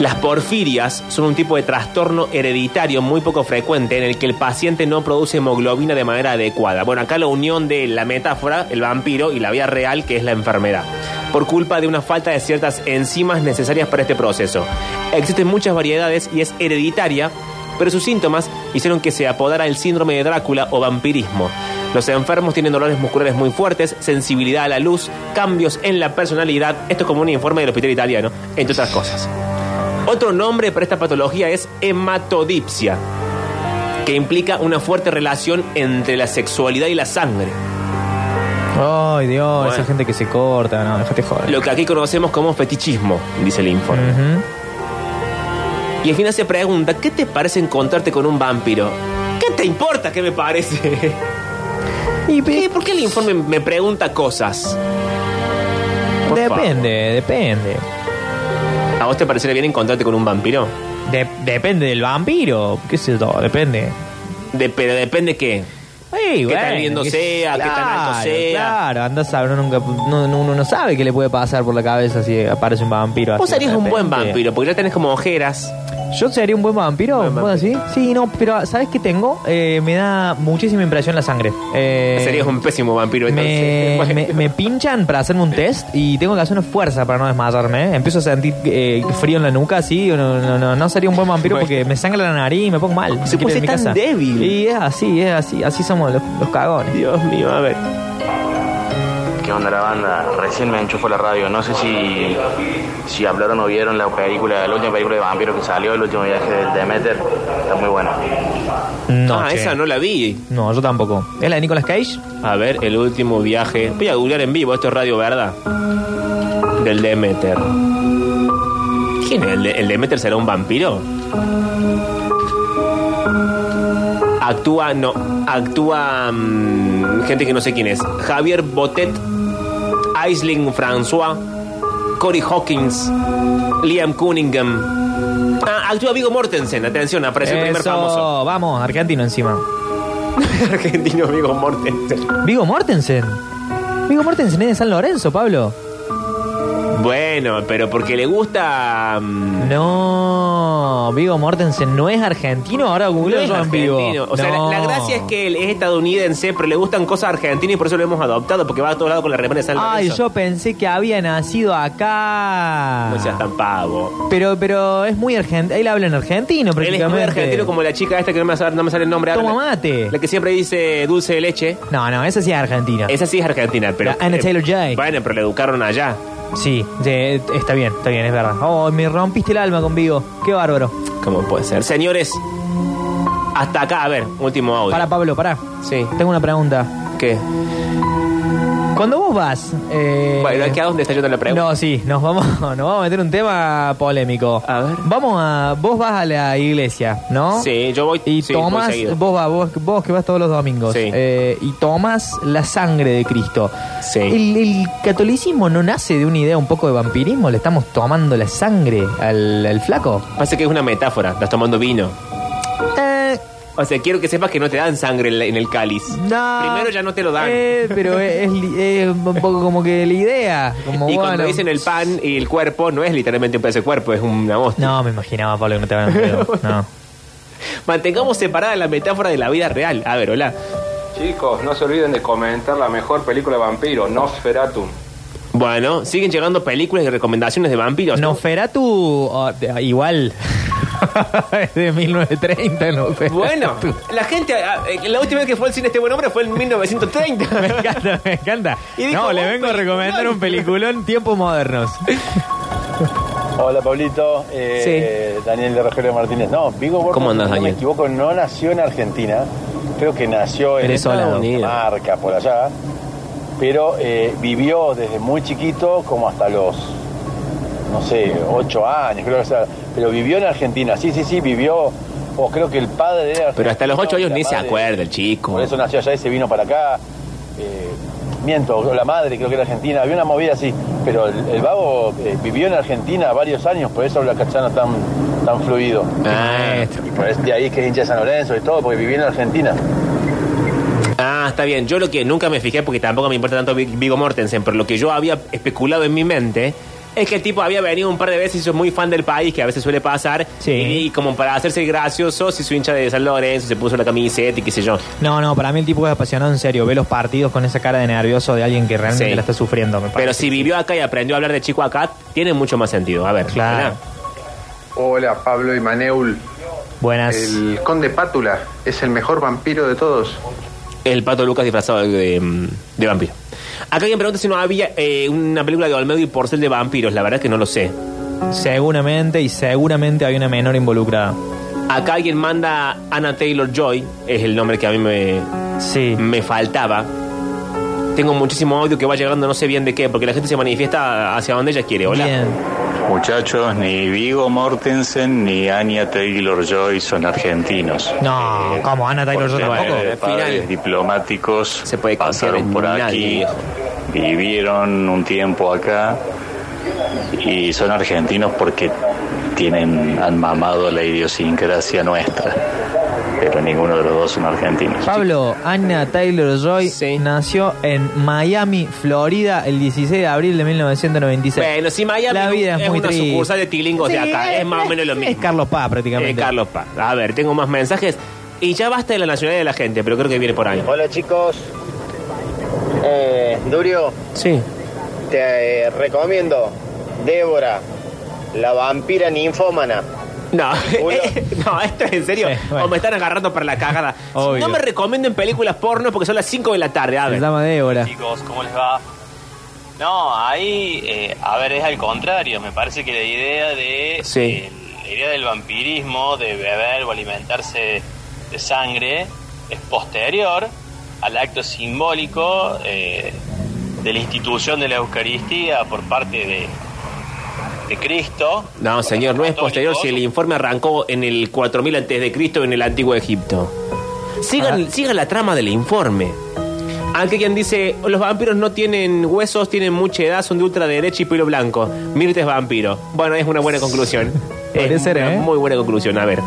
Speaker 1: Las porfirias son un tipo de trastorno hereditario muy poco frecuente en el que el paciente no produce hemoglobina de manera adecuada. Bueno, acá la unión de la metáfora, el vampiro, y la vida real, que es la enfermedad, por culpa de una falta de ciertas enzimas necesarias para este proceso. Existen muchas variedades y es hereditaria, pero sus síntomas hicieron que se apodara el síndrome de Drácula o vampirismo. Los enfermos tienen dolores musculares muy fuertes, sensibilidad a la luz, cambios en la personalidad. Esto es como un informe del hospital italiano, entre otras cosas. Otro nombre para esta patología es hematodipsia, que implica una fuerte relación entre la sexualidad y la sangre,
Speaker 2: Ay, Dios,
Speaker 1: Bueno.
Speaker 2: esa gente que se corta, no, déjate joder.
Speaker 1: lo que aquí conocemos como fetichismo, dice el informe.
Speaker 2: Ujú.
Speaker 1: Y al final se pregunta, ¿qué te parece encontrarte con un vampiro? ¿Qué te importa qué me parece? *laughs*
Speaker 2: Y
Speaker 1: ¿Qué-
Speaker 2: pe-
Speaker 1: ¿Por qué el informe me pregunta cosas? Por
Speaker 2: depende, depende.
Speaker 1: favor. ¿A vos te parecería bien encontrarte con un vampiro?
Speaker 2: De- depende del vampiro, qué sé yo, depende.
Speaker 1: De- pero depende qué.
Speaker 2: Ey,
Speaker 1: Qué tan lindo sea, qué tan alto sea.
Speaker 2: Claro, anda a saber, uno, nunca, no- no- uno no sabe qué le puede pasar por la cabeza si aparece un vampiro.
Speaker 1: Vos
Speaker 2: así de
Speaker 1: serías un buen
Speaker 2: repente.
Speaker 1: vampiro, porque ya tenés como ojeras.
Speaker 2: Yo sería un buen vampiro,
Speaker 1: Buen
Speaker 2: ¿vos decís? Sí, no, pero ¿sabes qué tengo? Eh, me da muchísima impresión la sangre. Eh,
Speaker 1: Serías un pésimo vampiro entonces. *laughs*
Speaker 2: me,
Speaker 1: Bueno.
Speaker 2: me- me pinchan para hacerme un test y tengo que hacer una fuerza para no desmayarme. ¿eh? Empiezo a sentir eh, frío en la nuca, así. No, no, no, no sería un buen vampiro
Speaker 1: Bueno.
Speaker 2: porque me sangra la nariz y me pongo mal.
Speaker 1: Se
Speaker 2: Quiero
Speaker 1: puede
Speaker 2: ir a
Speaker 1: ser tan
Speaker 2: mi
Speaker 1: débil.
Speaker 2: Y es así, es así. Así somos los, los cagones.
Speaker 1: Dios mío, a ver.
Speaker 5: ¿Qué onda la banda? Recién me enchufó la radio. No sé si, si hablaron o vieron la película, la última película de vampiro que salió, el último viaje del Demeter. Está muy buena.
Speaker 2: No,
Speaker 1: ah,
Speaker 2: che.
Speaker 1: esa no la vi.
Speaker 2: No, yo tampoco. ¿Es la de Nicolas Cage?
Speaker 1: A ver, el último viaje. Voy a googlear en vivo, esto es Radio Verdad. Del Demeter. ¿Quién es? ¿El, de- el Demeter será un vampiro? Actúa, no, actúa mm, gente que no sé quién es. Javier Botet, Aisling François, Cory Hawkins, Liam Cunningham. Ah, actúa Vigo Mortensen, atención, apareció el primer
Speaker 2: Eso,
Speaker 1: famoso. *laughs*
Speaker 2: vamos, argentino encima.
Speaker 1: Argentino Vigo Mortensen.
Speaker 2: Vigo Mortensen. Vigo Mortensen es de San Lorenzo, Pablo.
Speaker 1: Bueno, pero porque le gusta. mm,
Speaker 2: No, Vigo Mortensen no es argentino, ahora
Speaker 1: no
Speaker 2: googleo
Speaker 1: es
Speaker 2: yo en vivo.
Speaker 1: argentino. O sea,
Speaker 2: No.
Speaker 1: la, la gracia es que él es estadounidense, pero le gustan cosas argentinas y por eso lo hemos adoptado, porque va a todo lado con la remera de San
Speaker 2: Ay,
Speaker 1: Lorenzo.
Speaker 2: yo pensé que había nacido acá.
Speaker 1: No seas tan pavo.
Speaker 2: Pero, pero es muy argentino. Él habla en argentino,
Speaker 1: Él
Speaker 2: prácticamente.
Speaker 1: es muy argentino como la chica esta que no me sale, no me sale el nombre
Speaker 2: Toma
Speaker 1: ahora, la-
Speaker 2: mate.
Speaker 1: La que siempre dice dulce de leche.
Speaker 2: No, no, esa sí es argentina.
Speaker 1: Esa sí es argentina, pero. eh,
Speaker 2: La Anna Taylor-Joy.
Speaker 1: Bueno, pero la educaron allá.
Speaker 2: Sí, de- está bien, está bien, es verdad. Oh, me rompiste el alma con Vigo. Qué bárbaro.
Speaker 1: ¿Cómo puede ser? Señores, hasta acá, a ver, último audio.
Speaker 2: Para, Pablo, para.
Speaker 1: Sí.
Speaker 2: Tengo una pregunta.
Speaker 1: ¿Qué?
Speaker 2: Cuando vos vas. eh,
Speaker 1: Bueno, ¿a qué a dónde está yo te la pregunta?
Speaker 2: No, sí, nos vamos, *laughs* nos vamos a meter un tema polémico.
Speaker 1: A ver.
Speaker 2: Vamos a. Vos vas a la iglesia, ¿no?
Speaker 1: Sí, yo voy.
Speaker 2: Y
Speaker 1: sí, voy
Speaker 2: tomás,
Speaker 1: seguido.
Speaker 2: vos, vas, vos, vos que vas todos los domingos,
Speaker 1: Sí.
Speaker 2: eh, y tomás la sangre de Cristo.
Speaker 1: Sí.
Speaker 2: El, el catolicismo no nace de una idea un poco de vampirismo, le estamos tomando la sangre al, al flaco.
Speaker 1: Pasa que es una metáfora, estás tomando vino.
Speaker 2: Eh,
Speaker 1: O sea, quiero que sepas que no te dan sangre en la- en el cáliz.
Speaker 2: no.
Speaker 1: Primero ya no te lo dan.
Speaker 2: Eh, pero es, es li- es un poco como que la idea. Como,
Speaker 1: y cuando
Speaker 2: bueno.
Speaker 1: dicen el pan y el cuerpo, no es literalmente un pedazo de cuerpo, es una hostia.
Speaker 2: No, me imaginaba, Pablo, que no
Speaker 1: *laughs*
Speaker 2: te van a No.
Speaker 1: Mantengamos separada la metáfora de la vida real. A ver, hola.
Speaker 4: Chicos, no se olviden de comentar la mejor película de vampiro, Nosferatu.
Speaker 1: Bueno, siguen llegando películas y recomendaciones de vampiros.
Speaker 2: Noferatu, oh, de- igual. *laughs* es de 1930, Noferatu.
Speaker 1: Bueno, la gente, ah, eh, la última vez que fue al cine este buen hombre fue en 1930.
Speaker 2: *laughs* Me *laughs* encanta, me encanta.
Speaker 1: Y dijo,
Speaker 2: no, le
Speaker 1: un
Speaker 2: vengo a recomendar
Speaker 1: peliculón.
Speaker 2: un peliculón
Speaker 1: *laughs*
Speaker 2: tiempos modernos.
Speaker 6: Hola Pablito, eh, Daniel de Rogelio Martínez. No, Vigo Mortensen,
Speaker 1: ¿Cómo andás,
Speaker 6: si no me
Speaker 1: Daniel?
Speaker 6: equivoco, no nació en Argentina. Creo que nació en
Speaker 1: Venezuela, Unidos.
Speaker 6: Marca, por allá. Pero eh, vivió desde muy chiquito como hasta los, no sé, ocho años, creo que sea. Pero vivió en Argentina, sí, sí, sí, vivió. O creo que el padre era.
Speaker 1: Pero hasta los
Speaker 6: argentino,
Speaker 1: ocho años
Speaker 6: la
Speaker 1: ni se
Speaker 6: madre-
Speaker 1: acuerda el chico.
Speaker 6: por eso nació allá y se vino para acá. Eh, miento, la madre creo que era argentina. Había una movida así. Pero el, el vago eh, vivió en Argentina varios años, por eso habla cachano tan, tan fluido.
Speaker 1: Ah, esto.
Speaker 6: Y por eso de ahí es que es hincha de San Lorenzo y todo, porque vivió en Argentina.
Speaker 1: Ah, está bien. Yo lo que nunca me fijé, porque tampoco me importa tanto Vigo Mortensen, pero lo que yo había especulado en mi mente es que el tipo había venido un par de veces y sos muy fan del país, que a veces suele pasar.
Speaker 2: Sí.
Speaker 1: Y, y como para hacerse gracioso, si su hincha de San Lorenzo se puso la camiseta y qué sé yo.
Speaker 2: No, no, para mí el tipo es apasionado en serio. Ve los partidos con esa cara de nervioso de alguien que realmente
Speaker 1: Sí.
Speaker 2: la está sufriendo, me
Speaker 1: Pero
Speaker 2: parece.
Speaker 1: si vivió acá y aprendió a hablar de chico acá, tiene mucho más sentido. A ver.
Speaker 2: Claro.
Speaker 1: ¿verdad?
Speaker 7: Hola Pablo y Maneul.
Speaker 2: Buenas.
Speaker 7: El conde Pátula es el mejor vampiro de todos.
Speaker 1: El pato Lucas disfrazado de, mm, de vampiro. Acá alguien pregunta si no había eh, una película de Olmedo y Porcel de vampiros. La verdad es que no lo sé.
Speaker 2: Seguramente y seguramente hay una menor involucrada.
Speaker 1: Acá alguien manda Anna Taylor Joy, es el nombre que a mí me,
Speaker 2: Sí.
Speaker 1: me faltaba. Tengo muchísimo audio que va llegando, no sé bien de qué, porque la gente se manifiesta hacia donde ella quiere. Hola.
Speaker 2: Bien.
Speaker 8: Muchachos, ni Vigo Mortensen ni Anya Taylor Joy son argentinos.
Speaker 2: No,
Speaker 1: Eh,
Speaker 2: ¿cómo? ¿Ana Taylor Joy
Speaker 8: Por
Speaker 2: tampoco?
Speaker 8: tener padres
Speaker 1: Final.
Speaker 8: diplomáticos
Speaker 1: Se puede confiar
Speaker 8: pasaron
Speaker 1: en
Speaker 8: por
Speaker 1: nadie,
Speaker 8: aquí,
Speaker 1: viejo.
Speaker 8: vivieron un tiempo acá y son argentinos porque tienen, han mamado la idiosincrasia nuestra. Pero ninguno de los dos son argentinos.
Speaker 2: Pablo, Anna Taylor Joy
Speaker 1: Sí.
Speaker 2: nació en Miami, Florida, el 16 de abril de 1996.
Speaker 1: Bueno, si Miami
Speaker 2: la vida es,
Speaker 1: es
Speaker 2: muy
Speaker 1: una
Speaker 2: triste.
Speaker 1: sucursal de Tilingos de
Speaker 2: Sí,
Speaker 1: acá, es más o menos lo mismo.
Speaker 2: Es Carlos Paz,
Speaker 1: Eh,
Speaker 2: prácticamente.
Speaker 1: Carlos Paz. A ver, tengo más mensajes. Y ya basta de la nacionalidad de la gente, pero creo que viene por ahí.
Speaker 9: Hola chicos, eh, Durio,
Speaker 1: Sí.
Speaker 9: te eh, recomiendo Débora, la vampira ninfómana.
Speaker 1: No, *laughs* eh,
Speaker 9: Hola.
Speaker 1: no, esto es en serio.
Speaker 2: Sí, bueno.
Speaker 1: O me están agarrando para la cagada.
Speaker 2: Obvio.
Speaker 1: No me recomienden películas porno porque son las 5 de la tarde. A
Speaker 2: Se
Speaker 1: ver.
Speaker 2: llama Débora.
Speaker 10: Chicos, ¿cómo les va? No, ahí, eh, a ver, es al contrario. Me parece que la idea de
Speaker 1: Sí.
Speaker 10: eh, la idea del vampirismo, de beber o alimentarse de sangre, es posterior al acto simbólico eh, de la institución de la Eucaristía por parte de, de Cristo.
Speaker 1: No, señor, no es
Speaker 10: Católicos.
Speaker 1: posterior si el informe arrancó en el 4000 antes de Cristo en el antiguo Egipto. Sigan, sigan la trama del informe. Aunque quien dice, los vampiros no tienen huesos, tienen mucha edad, son de ultraderecha y pelo blanco. Mirta es vampiro. Bueno, es una buena conclusión.
Speaker 2: Podría
Speaker 1: es
Speaker 2: ser,
Speaker 1: una
Speaker 2: ¿eh?
Speaker 1: muy buena conclusión. A ver.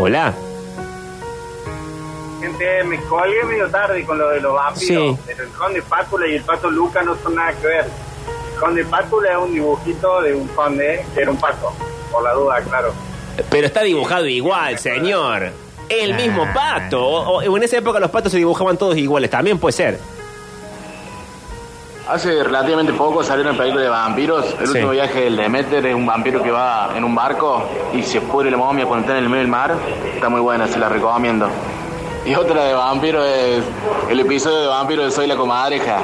Speaker 1: Hola.
Speaker 11: Gente, me colgué medio tarde con lo de los vampiros.
Speaker 1: Sí.
Speaker 11: Pero el conde Pátula y el pato Luca no son nada que ver. El conde Pátula es un dibujito de un conde que era un pato. Por la duda, claro.
Speaker 1: Pero está dibujado igual, señor. El mismo pato. O- o en esa época los patos se dibujaban todos iguales. También puede ser.
Speaker 5: Hace relativamente poco salió una película de vampiros. El
Speaker 1: Sí.
Speaker 5: último viaje del Demeter es un vampiro que va en un barco y se pudre la momia cuando está en el medio del mar. Está muy buena, se la recomiendo. Y otra de vampiros es el episodio de vampiros de Soy la Comadreja,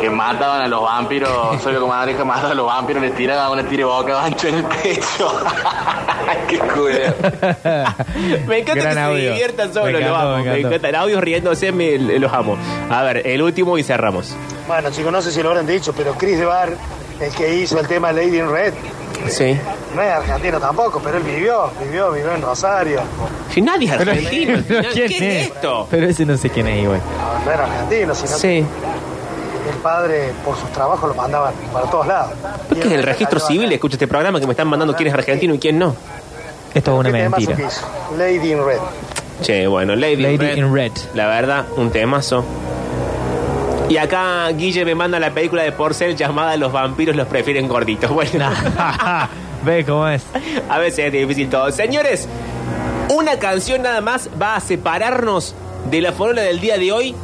Speaker 5: que mataban a los vampiros. Soy la Comadreja mataba a los vampiros, les tiraban una tira boca *laughs* ancho en el pecho. *laughs* ¡Qué culero!
Speaker 1: Me encanta
Speaker 2: Gran
Speaker 1: que se
Speaker 2: audio.
Speaker 1: diviertan
Speaker 2: Me
Speaker 1: solo,
Speaker 2: encantó,
Speaker 1: los amo.
Speaker 2: me
Speaker 1: Me,
Speaker 2: encantó.
Speaker 1: encantan audios riéndose, me- los amo. A ver, el último y cerramos.
Speaker 9: Bueno chicos, no sé si lo habrán dicho, pero Chris de Bar, el que hizo el tema Lady in Red,
Speaker 1: Sí.
Speaker 9: no es argentino tampoco, pero él vivió, vivió, vivió en Rosario,
Speaker 1: Si nadie es argentino,
Speaker 2: Pero
Speaker 1: si nadie-
Speaker 2: ¿quién
Speaker 1: ¿qué es
Speaker 2: es?
Speaker 1: esto?
Speaker 2: Pero ese no sé quién es igual.
Speaker 9: no era argentino, sino
Speaker 1: Sí.
Speaker 9: que el padre por sus trabajos lo mandaban para todos lados.
Speaker 1: ¿Por qué
Speaker 9: Y
Speaker 1: el
Speaker 9: él
Speaker 1: registro
Speaker 9: cayó
Speaker 1: civil
Speaker 9: acá.
Speaker 1: escucha este programa que me están mandando quién es argentino y quién no?
Speaker 2: Esto es una
Speaker 9: ¿Qué temazo
Speaker 2: mentira.
Speaker 9: que hizo? Lady in Red.
Speaker 1: Che, bueno, Lady,
Speaker 2: Lady
Speaker 1: in, Red,
Speaker 2: in Red. *laughs*
Speaker 1: La verdad, un temazo. Y acá Guille me manda la película de Porcel llamada Los vampiros los prefieren gorditos.
Speaker 2: *laughs*
Speaker 1: Bueno,
Speaker 2: Ve cómo es.
Speaker 1: *laughs* a veces es difícil todo. Señores, una canción nada más va a separarnos de la fórmula del día de hoy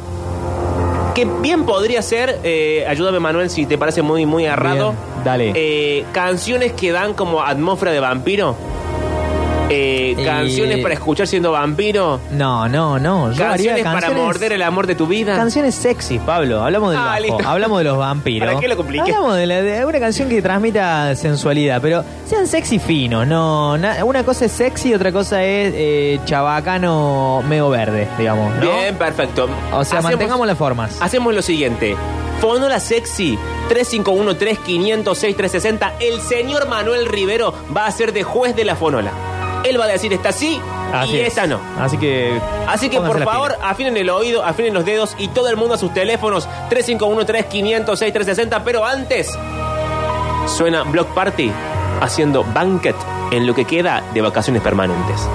Speaker 1: Que bien podría ser, eh, ayúdame Manuel si te parece muy, muy errado.
Speaker 2: dale.
Speaker 1: Eh, canciones que dan como atmósfera de vampiro. Eh,
Speaker 2: Eh,
Speaker 1: canciones para escuchar siendo vampiro.
Speaker 2: No, no, no. Yo haría
Speaker 1: Canciones, para morder el amor de tu vida.
Speaker 2: Canciones sexy, Pablo. Hablamos del
Speaker 1: Ah,
Speaker 2: bajo,
Speaker 1: listo.
Speaker 2: hablamos de los vampiros.
Speaker 1: ¿Para qué lo compliqué?
Speaker 2: Hablamos de, la- de una canción que transmita sensualidad, pero sean sexy finos. No, na- una cosa es sexy y otra cosa es eh, chabacano medio verde, digamos. ¿no?
Speaker 1: Bien, perfecto.
Speaker 2: O sea, mantengamos las formas.
Speaker 1: Hacemos lo siguiente. Fonola Sexy 351-3506-360. El señor Manuel Rivero va a ser de juez de la Fonola. Él va a decir esta sí
Speaker 2: Así
Speaker 1: y
Speaker 2: es.
Speaker 1: esta no.
Speaker 2: Así que.
Speaker 1: Así que por
Speaker 2: pónganse las
Speaker 1: favor,
Speaker 2: pilas.
Speaker 1: afinen el oído, afinen los dedos y todo el mundo a sus teléfonos 351-3506-360. Pero antes, suena Block Party haciendo banquet en lo que queda de vacaciones permanentes.